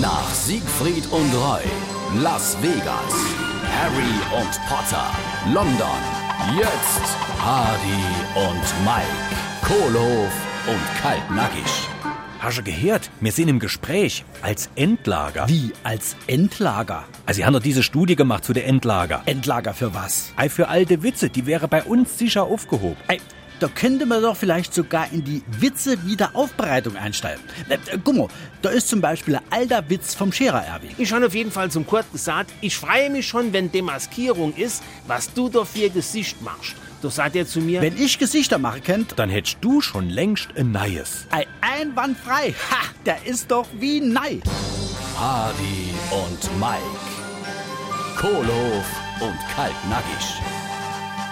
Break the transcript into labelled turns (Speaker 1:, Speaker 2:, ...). Speaker 1: Nach Siegfried und Roy, Las Vegas, Harry und Potter, London, jetzt Hardy und Mike, Kohlhof und Kaltnackig.
Speaker 2: Hasche gehört, wir sind im Gespräch als Endlager.
Speaker 3: Wie als Endlager?
Speaker 2: Also, sie haben doch diese Studie gemacht zu der Endlager.
Speaker 3: Endlager für was?
Speaker 2: Ei, für alte Witze, die wäre bei uns sicher aufgehoben.
Speaker 3: Ey, da könnte man doch vielleicht sogar in die Witze-Wiederaufbereitung einsteigen. Äh, äh, Guck mal, da ist zum Beispiel ein alter Witz vom Scherer Erwin.
Speaker 4: Ich habe auf jeden Fall zum Kurt gesagt, ich freue mich schon, wenn Demaskierung ist, was du da für Gesicht machst. Da sagt er zu mir,
Speaker 3: Wenn ich Gesichter machen könnte,
Speaker 2: Dann hättest du schon längst ein Neues.
Speaker 3: ey, einwandfrei, ha, der ist doch wie nein.
Speaker 1: Hardy und Mike, Kohlhof und Kaltnackig.